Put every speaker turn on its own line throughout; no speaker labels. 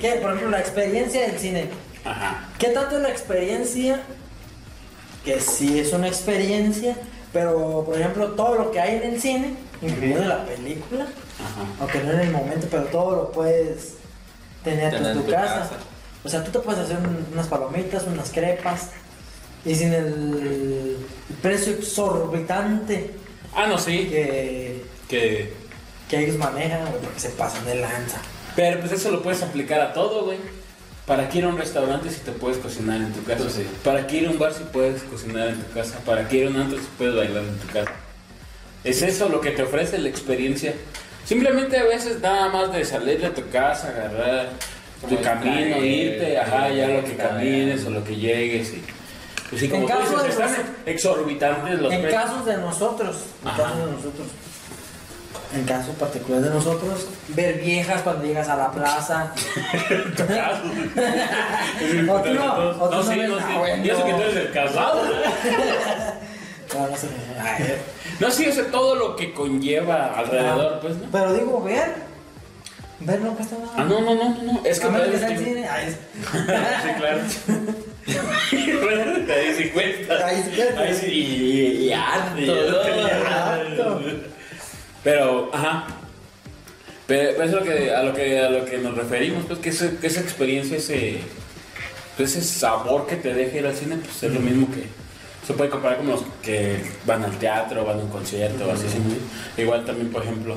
¿Qué? Por ejemplo, la experiencia del cine.
Ajá.
¿Qué tanto es la experiencia? Que sí es una experiencia, pero por ejemplo, todo lo que hay en el cine, incluyendo la película,
Ajá.
aunque no en el momento, pero todo lo puedes tener tú en
Tener
tu,
en tu
casa.
casa.
O sea, tú te puedes hacer un- unas palomitas, unas crepas, y sin el precio exorbitante
Ah, no, sí.
que,
Que.
que ellos manejan, o porque se pasan de lanza.
Pero pues eso lo puedes aplicar a todo, güey. ¿Para qué ir a un restaurante si te puedes cocinar en tu casa?
Sí.
¿Para qué ir a un bar si puedes cocinar en tu casa? ¿Para qué ir a un antro si puedes bailar en tu casa? Es eso lo que te ofrece la experiencia. Simplemente a veces nada más de salir de tu casa, agarrar tu
Como
camino,
distraer,
irte, ajá, ya lo que
caer.
camines o lo que llegues. Y, pues sí,
En
como tú
caso
dices,
de
están
los-
exorbitantes los
En
precios.
casos de nosotros, en
Ajá.
casos de nosotros, en casos particulares de nosotros, ver viejas cuando llegas a la plaza.
caso.
O tú no, o tú no
sí,
ves-
no, sí.
ah, bueno.
Y eso que tú eres el casado.
No, no sé, no. Ay, ah,
No, sí, o sea, todo lo que conlleva alrededor, pues, ¿no?
Pero digo, ver, ver no cuesta nada.
Ah, no, no, no, no, no. Es que
A menos
todavía
que sea el
estoy-
cine, ay, es-
Sí, claro. Ahí sí cuesta.
Ahí sí cuesta.
Ahí sí- Y, y- y harto,
Y
¿no?
harto.
Pero, ajá. Pero pero es lo que, a, lo que, a lo que nos referimos, pues, que, ese- que esa experiencia, ese, pues, ese sabor que te deja ir al cine, pues es lo mismo que. Se puede comparar con los que van al teatro, van a un concierto, o así. sí. Igual también, por ejemplo,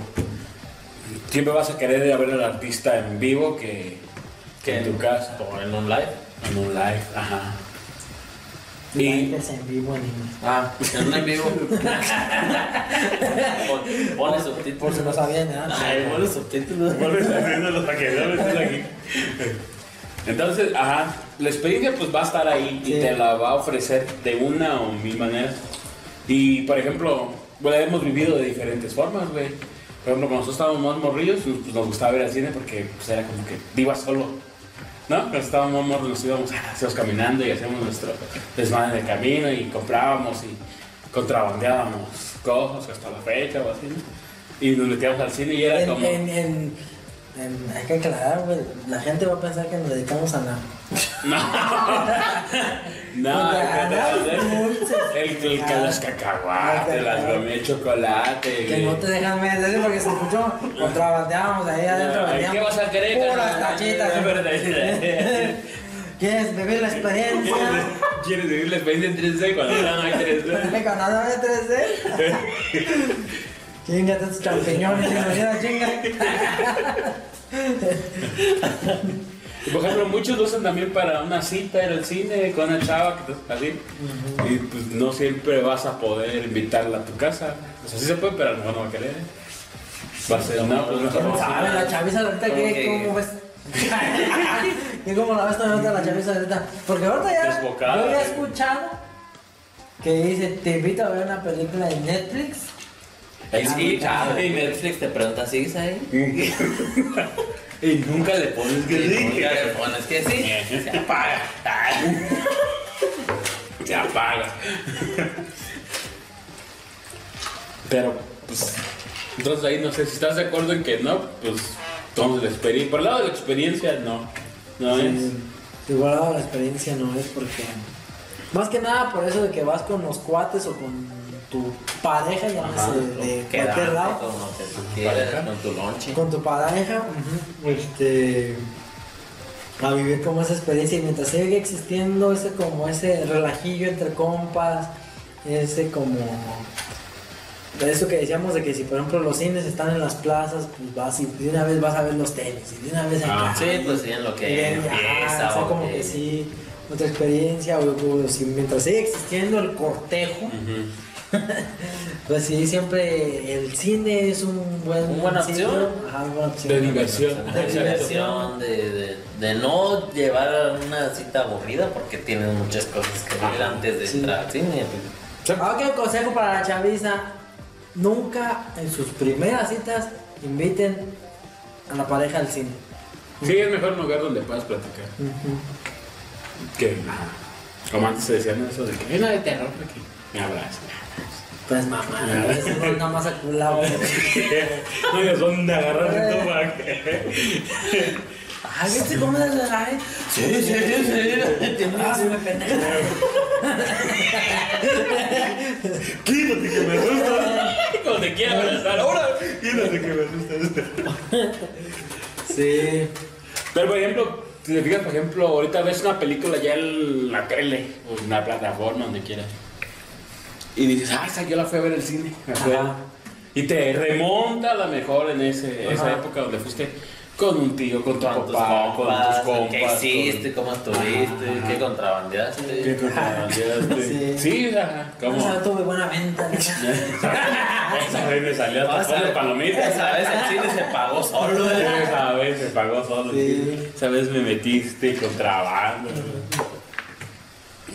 siempre vas a querer ir a ver al artista en vivo que, que en tu casa.
O en un live.
En un live, ajá.
La
Y,
gente es en vivo, ni-
Ah, en un en vivo. Pon- Pone
Por
subtítulos.
si no sabían, ¿eh?
Ay, pone subtítulos.
Vuelves haciéndolo para que no lo estés aquí. Entonces, ajá, la experiencia pues va a estar ahí y
Sí.
te la va a ofrecer de una o mil maneras. Y por ejemplo, bueno, la hemos vivido de diferentes formas, güey. Por ejemplo, cuando nosotros estábamos más morrillos, nos- pues, nos gustaba ver al cine porque pues, era como que iba solo. ¿No? Cuando estábamos más morros, nos íbamos, hacíamos caminando y hacíamos nuestro desmadre de camino y comprábamos y contrabandeábamos cosas hasta la fecha o así, ¿no? Y nos metíamos al cine y era
En-
como.
en- en- en- hay que aclarar, güey. La gente va a pensar que nos dedicamos a nada.
No. No,
Porque
el que te
a
hace-
las Pues, dulces. Ah,
el, el que los cacahuates, las bromé de chocolate.
Que no te dejan ver, ¿sí? porque se escuchó, contrabandeamos ahí adentro,
Ay,
vendíamos
¿Qué vas a querer?
puras
carnal?
tachitas.
Es verdad.
¿Quieres vivir la experiencia?
eh, ¿Quieres vivir la experiencia en 3D cuando no hay 3D?
¿Me ganador de 3D? Chingate tus champiñones, imagina, chinga.
Y, Por ejemplo, muchos lo usan también para una cita en el cine con una chava que te así. Y pues no siempre vas a poder invitarla a tu casa. O sea, sí se puede, pero a lo mejor no va a querer. Va a ser, no, pues mejor no.
¿Sabes? La chaviza ahorita que,
Ok.
¿cómo ves? ¿Y cómo la ves también ahorita la chaviza ahorita? Porque ahorita ya,
Desbocada.
yo ya he escuchado que dice, te invito a ver una película de Netflix.
Es que
Ah,
ah, y Netflix te pregunta, ¿sigues ahí?
y nunca le pones que
Y
sí.
nunca le pones pues, que sí.
Se apaga. Se apaga. Pero, pues, entonces ahí no sé si estás de acuerdo en que no, pues, entonces la experiencia, por el lado de la experiencia, no. No es.
Sí, Igual ahora la experiencia no es porque. Más que nada por eso de que vas con los cuates o con tu pareja, ya no
Ajá,
sé, de cualquier
Quedarte
lado.
como que tú quieras, con tu lonche.
Con tu pareja, ujú, este. A vivir como esa experiencia y mientras sigue existiendo ese como ese relajillo entre compas, ese como. Eso que decíamos de que si por ejemplo los cines están en las plazas, pues vas y de una vez vas a ver los tenis, y de una vez
Ah,
acá,
Sí, pues sí, en lo
y
que
bien, ajá,
empieza
o sea,
o
como que sí, otra experiencia, o, o si mientras sigue existiendo el cortejo,
Ujú.
pues sí, siempre el cine es un buen
Una buena
sitio,
opción.
ajá, una buena opción.
De diversión.
De diversión, de, de, de no llevar a una cita aburrida porque tienes muchas cosas que ver
Ajá.
antes de
Sí.
entrar al cine.
Ahora que Ah, un consejo para la chaviza, nunca en sus primeras citas inviten a la pareja al cine.
Sí, es mejor lugar donde puedas platicar. Que, ah, como antes se decían eso de que, "Ay, no, de terror, aquí. Me abrazas.
Pues mamá, eso no es nada más aculado.
No, ellos son de agarrar y todo para que.
Ah, ¿viste cómo es el aire? Sí, sí, sí, sí. Te
Ah,
me pendeja.
Quítate que me asusta.
Cuando te quiera abrazar ahora.
Quítate que me asusta.
Sí.
Pero por ejemplo, si te fijas, por ejemplo, ahorita ves una película ya en la tele o en la plataforma, donde quieras. Y dices, ah, esa yo la fui a ver al cine. me acuerdo".
Ajá.
Y te remonta a la mejor en ese, esa
Ajá.
época donde fuiste con un tío, con tu
Con tus
papá,
compas,
con tus
¿Qué
compas.
hiciste? ¿Cómo estuviste? ¿Qué
con- ¿Qué
contrabandeaste?
Sí.
contrabandeaste? Sí, ajá.
Vamos a
¿Cómo?
ver, tuve buena venta. ¿no?
Esa vez me salió hasta
Vas a
con
ver.
palomitas.
Esa vez el chile se pagó solo.
Sí,
eh.
Esa vez me pagó solo.
Sí.
Esa vez me metiste contrabando.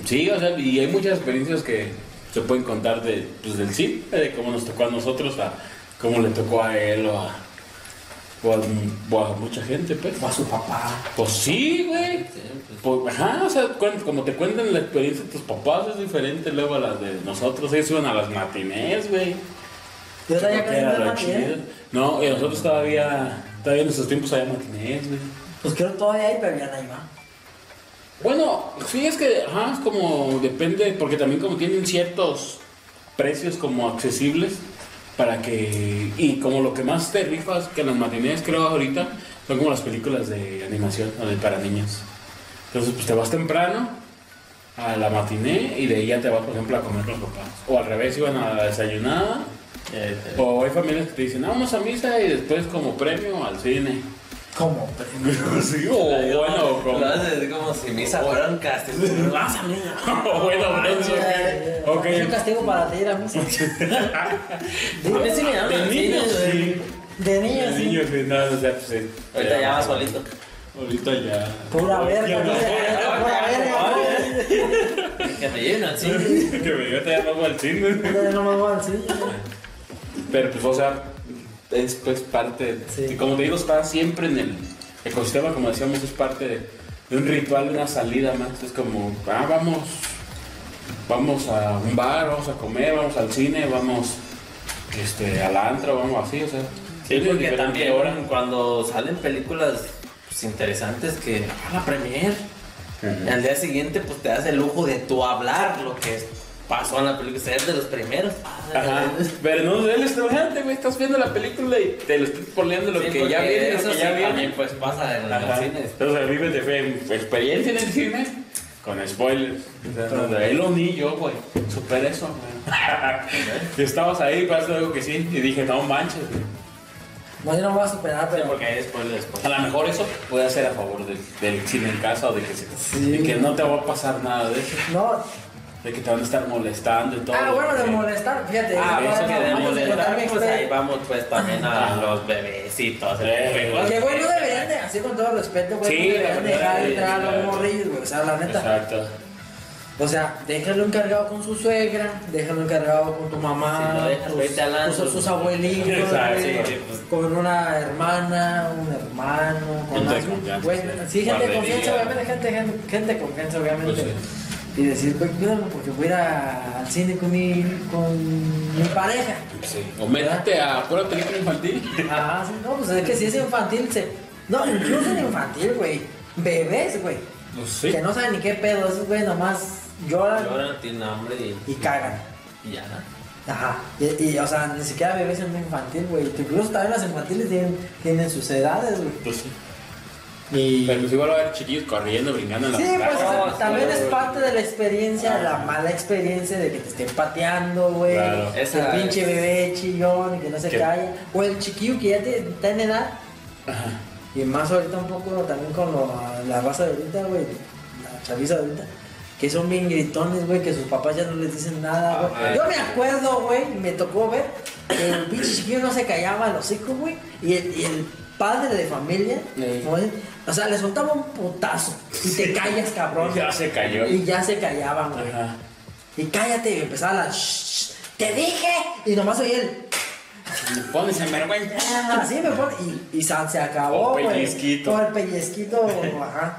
Sí, o sea, y hay muchas experiencias que se pueden contar de, pues, del cine, de cómo nos tocó a nosotros, a cómo le tocó a él o a, o a, o a mucha gente, pues.
O a su papá.
Pues sí, güey. Pues, ajá, o sea, cuen- como te cuentan la experiencia de tus papás es diferente luego a las de nosotros. Ellos iban a las matinés, güey.
Yo todavía casi
Porque era
no
lo
era
chido.
bien.
No, y nosotros todavía, todavía en nuestros tiempos había matinés, güey.
Pues creo que todavía hay, pero ya no hay más.
Bueno, sí es que, ajá, es como depende, porque también como tienen ciertos precios como accesibles para que, y como lo que más te rifas que en las matinés creo ahorita son como las películas de animación o de para niños. Entonces pues te vas temprano a la matiné y de ahí ya te vas por ejemplo a comer con los papás. O al revés iban a la desayunada.
Eh, eh.
O hay familias que te dicen, "Ah, vamos a misa y después como premio al cine.
¿Cómo?
sí, o bueno,
Lo
como...
haces como si misa fueran castes. Vas a misa.
o bueno, precio. Ok.
Es un castigo para ti, la música.
A mí sí me llaman
De
al
niño,
cine, güey.
sí.
De
De
niño,
niño,
sí.
sí, no, o sea, pues sí.
Ahorita ya vas solito.
Ahorita ya.
Pura verga,
Ya no.
pura pura verga.
Que me lleven al cine.
Que me diga, te llamamos al cine.
Yo no me voy al cine.
Pero pues, o sea, es pues parte.
Sí.
y Como te digo, está siempre en el ecosistema, como decíamos, es parte de, de un ritual, de una salida más. Es como, ah, vamos. Vamos a un bar, vamos a comer, vamos al cine, vamos este, al antro, vamos así, o sea.
Sí,
es
porque
diferente
también
hora.
cuando salen películas pues, interesantes que van a premier,
Ujú.
al día siguiente pues te das el lujo de tú hablar lo que pasó en la película, ser de los primeros.
Ajá. Pero no, él es trabajante, güey. Estás viendo la película y te lo estás poniendo lo
Sí,
que
porque
ya viene, lo
eso
que
sí
ya viene.
también pues pasa en los
Ajá.
cines.
Entonces vives de fe experiencia en el cine con spoilers. Entonces, él o ni yo, güey. Super eso, güey. y estabas ahí, pasó algo que sí. Y dije, no manches, güey.
No, yo no me voy a superar,
Sí,
pero.
porque hay spoilers. pues.
A lo mejor eso puede ser a favor del, del cine en casa o de que, se-
Sí.
de que no te va a pasar nada de eso.
No.
De que te van a estar molestando y todo.
Ah, bueno, de
Sí.
molestar, fíjate.
Ah,
bueno,
eso que de
vamos a
molestar,
contar mi
pues ahí
experiencia.
vamos pues también a los bebecitos.
Eh, güey.
Que güey, no deberían de, así con todo respeto, güey,
Sí,
no deberían
la
de dejar
verdad,
entrar a los
sí, la
morrillos, güey, o sea, la neta.
Exacto.
O sea, déjalo encargado con su suegra, déjalo encargado con tu
Si lo
mamá,
dejas,
tus-
vete al
tus,
antro.
sus abuelitos,
Exacto,
güey,
sí, pues.
con una hermana, un hermano, con
Gente de
alguien,
confianza,
güey,
sí.
sí, gente de
Guardería.
confianza, obviamente, gente, gente, gente de confianza, obviamente.
Pues
Y decir, güey, cuídame porque voy a ir a- al cine con mi, con mi pareja.
Sí. O métete a pura película infantil.
Ajá, sí, no, pues es que si es infantil, se... No, incluso en infantil, güey, bebés, güey,
Pues sí.
que no saben ni qué pedo, esos güey nomás lloran
Lloran, tienen hambre y,
y cagan.
y ya.
Ajá, y, y, o sea, ni siquiera bebés en infantil, güey. Incluso también las infantiles tienen, tienen sus edades, güey.
Pues sí.
Y.
Pero pues igual va a haber chiquillos corriendo, brincando en la
Sí, pues
plaza.
o sea, también es
claro,
parte de la experiencia, la mala experiencia de que te estén pateando, güey.
Claro.
Esa
el pinche
es-
bebé chillón y que no se
Que-
calle. O el chiquillo que ya te- está en edad. Y más ahorita un poco también con lo- la raza de ahorita, güey. La chaviza de ahorita. Que son bien gritones, güey, que sus papás ya no les dicen nada, güey.
Ajá.
Yo me acuerdo, güey, me tocó ver que el pinche chiquillo no se callaba los hijos, güey. Y el, y el padre de familia,
Sí.
como dicen, o sea, le soltaba un putazo. Y te callas, cabrón.
Ya se cayó.
Y ya se callaban, güey.
Ajá.
Y cállate, y empezaba la. "Shh, shh, ¡Te dije! Y nomás oí el.
Pones en vergüenza.
"Ah", Así me pone. Y, y san- se acabó,
O
güey.
pellizquito.
O el pellizquito, ajá.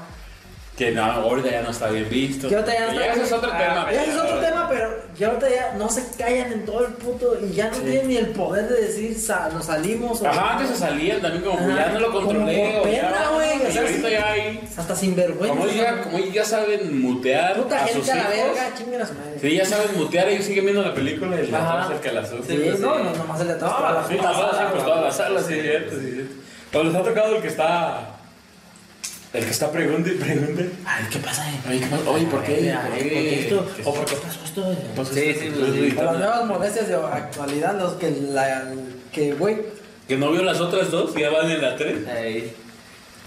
Que no, ahorita ya no está bien visto.
Que ahorita ya no está
ese
bien-
es otro
Ah,
tema.
Ese es otro tema, pero ya ahorita ya no se callan en todo el puto y ya no tienen ni el poder de decir sa- nos salimos o
Ajá, antes se salían también como que
Ajá,
ya no lo
como
controlé.
por
o ya-
pena, güey, o
Y
sea,
ahorita
sí.
ya hay.
hasta sinvergüenza.
Como ya, como ya saben mutear
Puta
a sus
gente a la
hijos.
verga, chinguen a su madre.
Sí, ya saben mutear, ellos siguen viendo la película y
Ajá.
la atrás el que la asusta.
Sí,
pues,
no,
sí.
no, nomás el de atrás.
No,
toda
la
la
sí,
puta
todas
sala,
las pues,
güey.
todas las salas, sí, cierto, sí, cierto. O les ha tocado el que está. El que está pregunte y pregunte.
Ay, ¿qué pasa? eh?
Oye, ¿qué pasa? Oye, ¿por qué?
Ay, eh,
¿Por
¿por
qué?
qué esto?
¿Qué
¿O por qué pasó esto?
Pues,
Sí, sí, pues, sí.
O las nuevas molestias de actualidad, los que, la, que güey,
Que no vio las otras dos, ya van en la tres.
Ahí.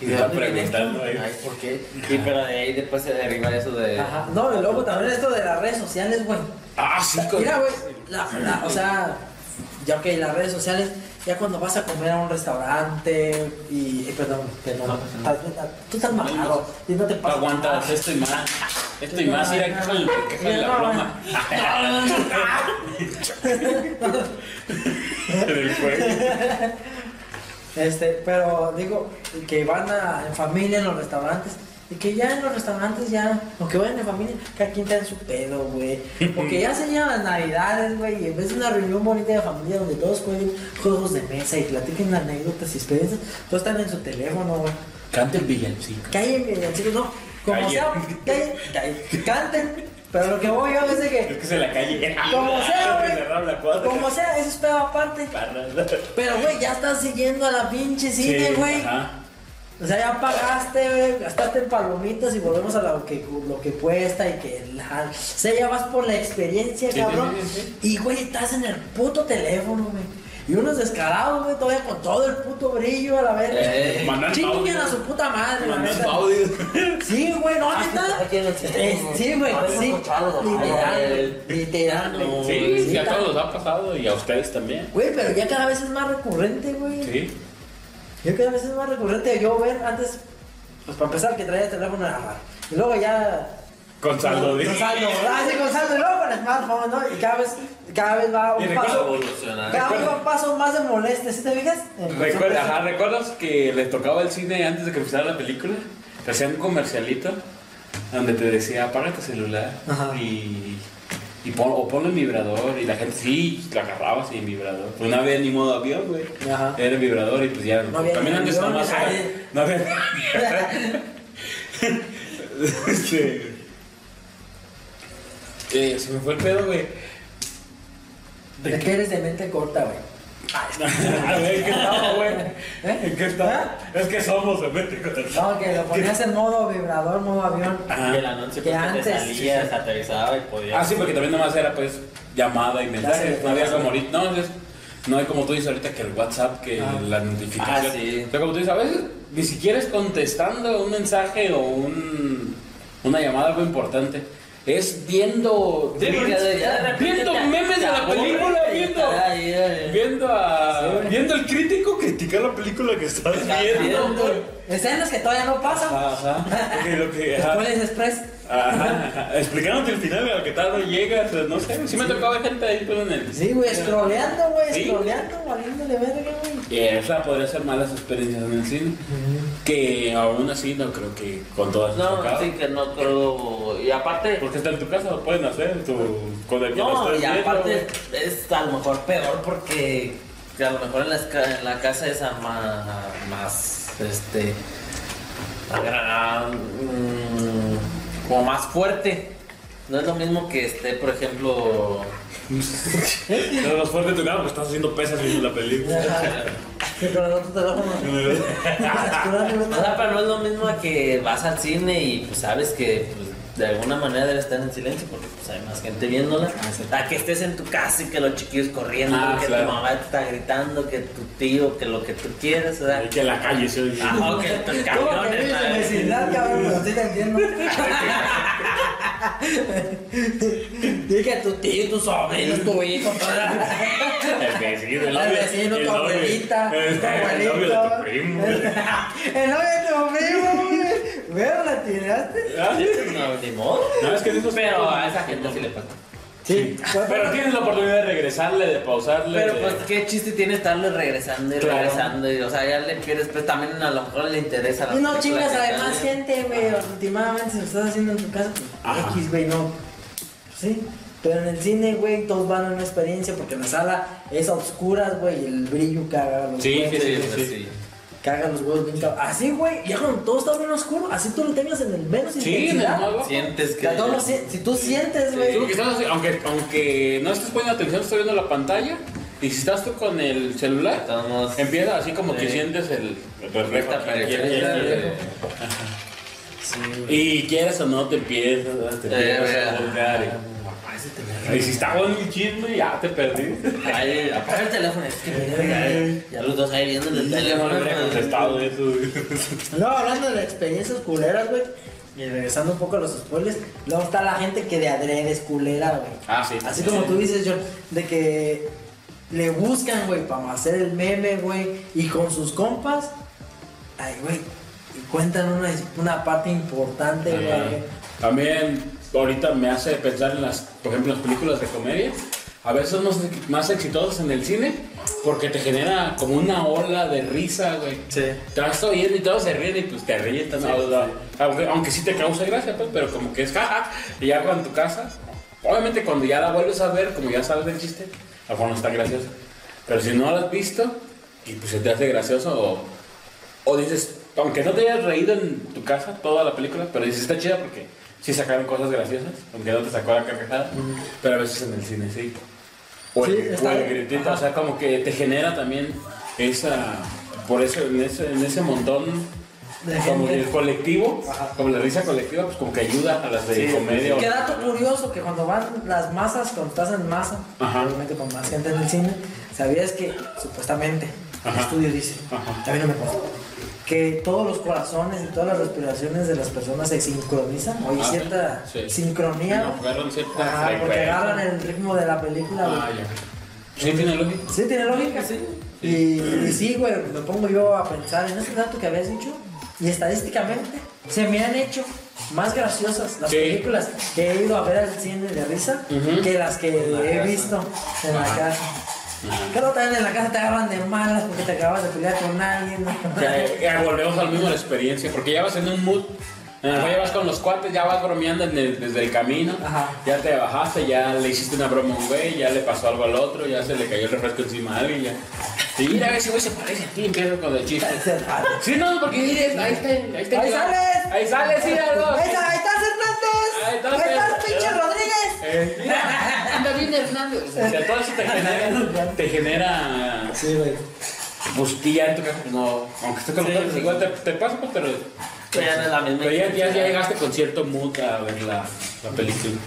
Y me
dónde
están
viene esto?
preguntando ahí.
Ay, ¿por qué? ¿eh? Y pero de ahí después se deriva eso de.
Ajá. No, y luego también esto de las redes sociales, güey.
Ah, sí, con-
Mira, güey, la- la- o sea, ya ok, las redes sociales, ya cuando vas a comer a un restaurante y, eh, perdón, perdón, estás- tú estás mamado y no te
No
pasa
aguantas esto y más. Esto y más, ir a quejarle quejarle la broma. En el cuello.
Este, pero digo, que van a, en familia en los restaurantes. Y que ya en los restaurantes ya, aunque vayan en familia, cada quien trae su pedo, güey. Porque ya se llevan las navidades, güey, y en vez de una reunión bonita de familia donde todos jueguen juegos de mesa y platiquen anécdotas y experiencias, todos están en su teléfono, güey.
Canta el villancico.
Callen, villancicos, no, como
Callen.
sea, callen, callen, canten. Pero lo que voy yo es de
Es
que,
que se la calle.
como
Se le raba
sea,
la
güey,
cuadra.
como sea, eso es pedo aparte. Pero, güey, ya estás siguiendo a la pinche cine, güey.
ajá.
O sea, ya pagaste, güey, gastaste en palomitas y volvemos a lo que, lo que cuesta y que la... O sea, ya vas por la experiencia,
Sí,
cabrón.
sí, sí,
Y, güey, estás en el puto teléfono, güey. Y unos descarados, güey, todavía con todo el puto brillo a la
Eh,
verga.
mandan
Chinguen
audio.
a su puta madre, la
Mandando
neta.
audios.
Sí, güey, no,
Ah, aquí en
neta.
el
Eh,
teléfono.
Sí, güey,
Ah, hemos
sí.
escuchado, ¿no?
Literal,
Eh,
literal,
no.
Sí, sí,
Sí,
a
tal.
todos nos ha pasado y a ustedes también.
Güey, pero ya cada vez es más recurrente, güey.
Sí.
Yo cada vez es más recurrente yo ver antes, pues para empezar que traía el teléfono en la mano. Y luego ya.
Con saldo
Con saldo, ah, sí, con saldo, y luego con smartphone, ¿no? Y cada vez, cada vez va
Y
un
recuerda-
paso.
Evolucionar.
Cada vez va un paso más de molestia, ¿sí te fijas?
Recuerda, ajá, ¿Recuerdas que les tocaba el cine antes de que empezara la película? Te hacían un comercialito donde te decía, apaga tu celular
Ajá.
y, y pon, o ponlo en vibrador. Y la gente sí, la agarraba sin vibrador. Pues no había ni modo avión, güey.
Ajá.
Era el vibrador y pues ya.
No había
también
ni
antes
avión,
nada más.
ni
era-
nada.
No había. este, eh, se me fue el pedo, güey. Eh,
¿De qué eres de mente corta, güey?
A ver, ¿en qué estaba, güey?
¿Eh?
¿En qué estaba? Es que somos de México.
No, que lo ponías en modo vibrador, modo avión.
Ajá.
El anuncio
Que
pues, que
antes,
te
sí,
salía, se aterrizaba y podía.
Ah, sí, porque también nomás era pues llamada y
Ya
mensajes.
sé,
No había
ya
como
sé.
ahorita. No, es- no hay como tú dices ahorita que el WhatsApp, que
Ah.
la notificación.
Ah, sí.
O sea, como tú dices, a veces ni siquiera es contestando un mensaje o un, una llamada algo importante. Es viendo.
Sí, porque de- ya de repente
viendo
te-
memes
te
de la
aburre,
película,
te- eh.
viendo.
ay, ay.
Viendo a.
Sí.
Viendo al crítico criticar la película que estás
Estás
viendo.
viendo.
güey.
Escenas que todavía no pasan.
Ajá. Porque lo que. Ah, ajá.
Después express.
Ajá, explicándote el final al que tarde llegas, eh, no sé, sí me tocaba ver gente ahí pero en el...
Sí, güey, pues, scrolleando, güey,
Sí.
scrolleando, valiéndole verga, güey.
Y esa podría ser malas experiencias en el cine, que aún así no creo que con todas nos
No,
tocaba.
sí que no creo. Y aparte.
Porque está en tu casa, lo pueden hacer, tu... con el que lo
No,
estás
y
viendo,
aparte
güey.
es a lo mejor peor porque que a lo mejor en la, esca- en la casa es más, más este agra- mm, como más fuerte. No es lo mismo que esté, por ejemplo,
Pero los fuertes tu porque estás haciendo pesas viendo la película.
Que con el otro teléfono.
O sea, pero no es lo mismo a que vas al cine y pues, sabes que pues, de alguna manera debes estar en silencio porque pues, hay más gente viéndola.
Ah,
A que estés en tu casa y que los chiquillos corriendo,
Ah,
que
claro.
tu mamá te está gritando, que tu tío, que lo que tú quieras. O sea,
Ay, que la calle se oye.
ah, o que tu
¿Cómo
camión
te vives
está-
en vecindad, cabrón? Pero sí te entiendo. Dije tu tío, tu sobrino, tu hijo, toda-
El vecino, el
El
novio,
vecino, tu
el novio,
abuelita,
el-
tu
El novio de tu
abuelito.
primo.
El novio de tu primo, güey. Veo, la tiraste.
Ah,
No, ni modo.
No, es que pues, dices,
Pero a esa gente sí le pasa.
Sí, fue-
Pero tienes la oportunidad de regresarle, de pausarle.
Pero
de-
pues qué chiste tiene estarle regresando y
Claro.
regresando. Y, o sea, ya le pierdes, pero también a lo mejor le interesa la
Y no
película
chingas
que
a
está
demás
viendo.
gente, güey. Últimamente, si lo estás haciendo en tu casa,
Ajá.
pues X, güey, no. Pues Sí. Pero en el cine, güey, todos van a una experiencia porque la sala es a oscuras, güey, y el brillo caga los
Sí,
huevos,
sí,
güey.
sí.
Caga los huevos bien cabrón. Así, güey, ya cuando todo está bien oscuro, así tú lo tengas en el menos
Sí, en el
intensidad.
más bajo.
Sientes
Que
que.
a todos los si, si tú sientes,
Sí,
güey.
porque estás así, aunque, aunque no estés poniendo atención, estás viendo la pantalla. Y si estás tú con el celular,
Estamos-
empieza así como que
Sí.
sientes el el reflejo.
Esta
aquí, aquí,
periférica
aquí,
de-
aquí. Y quieras o no, te empiezas, te
Eh,
empiezas
vea.
a voltear. y- Y si está bueno el chisme, ya te perdí.
Ay, apaga el teléfono. Es que verga, eh. ya los dos ahí viendo el
No
teléfono.
me hubiera contestado eso. güey.
No, hablando de experiencias culeras, güey. Y regresando un poco a los spoilers, luego está la gente que de adrede es culera, güey.
Ah, sí.
Así como tú dices, John, de que le buscan, güey, para hacer el meme, güey, y con sus compas, ay, güey, y cuentan una, una parte importante, güey.
También ahorita me hace pensar en las, por ejemplo, las películas de comedia. A veces son más, más exitosas en el cine porque te genera como una ola de risa, güey.
Sí.
Te vas oyendo y todos se ríen y pues te ríen también. aunque, aunque sí te causa gracia, pues, pero como que es jaja. Y ya cuando en tu casa, obviamente cuando ya la vuelves a ver, como ya sabes del chiste, a lo mejor no está gracioso. Pero si no la has visto y pues se te hace gracioso o o dices, aunque no te hayas reído en tu casa toda la película, pero dices, está chida porque sí sacaron cosas graciosas, aunque no te sacó la carcajada, pero a veces en el cine sí. O el,
Sí, está
o el
bien.
gritito, o sea, como que te genera también esa, por eso en ese, en ese montón,
De
como
gente.
el colectivo,
Ajá.
como la risa colectiva, pues como que ayuda a las de
Sí,
comedia. o-
Qué dato curioso que cuando van las masas, cuando estás en masa,
Ajá.
obviamente con más gente en el cine, sabías que supuestamente, el
Ajá.
estudio dice,
Ajá.
también no me consta, que todos los corazones y todas las respiraciones de las personas se sincronizan, o hay
Ah,
cierta
sí.
sincronía.
No, agarran cierta
Ajá, porque
frecuencia.
agarran el ritmo de la película, güey.
Ah, ya. Sí, tiene lógica.
Sí, tiene lógica, sí. Y, y sí, güey, me pongo yo a pensar en ese dato que habías dicho. Y estadísticamente se me han hecho más graciosas las
Sí.
películas que he ido a ver al cine de risa
Ujú.
que las que
la
he
casa.
visto en la casa. Claro, también en la casa te agarran de malas porque te acabas de pelear con alguien. ¿no?
Ya, ya eh, volvemos al mismo la experiencia, porque ya vas en un mood. en el cual ya vas con los cuates, ya vas bromeando en el- desde el camino.
Ajá.
Ya te bajaste, ya le hiciste una broma a un güey, ya le pasó algo al otro, ya se le cayó el refresco encima a alguien. Ya. Y mira, a ver si güey se parece a ti, empieza con el chiste.
Se va.
Sí, no, porque dices, ahí está, ahí está.
¡Ahí sales!
Ahí sales, sí, algo.
¡Ahí está- ahí estás,
Ahí estás,
Hernández! ¡Ahí estás, pinche Rodríguez!
Eh, mira, anda bien Hernández. O sea, todo eso te genera, te genera
Sí, güey.
pues y ya en tu casa, pues, no, aunque esté con los
Sí,
otros,
sí.
igual te, te pasa, pues, pero.
Pero ya no es la misma
Pero ya, ya- ya
experiencia.
llegaste con cierto mood a ver la, la película.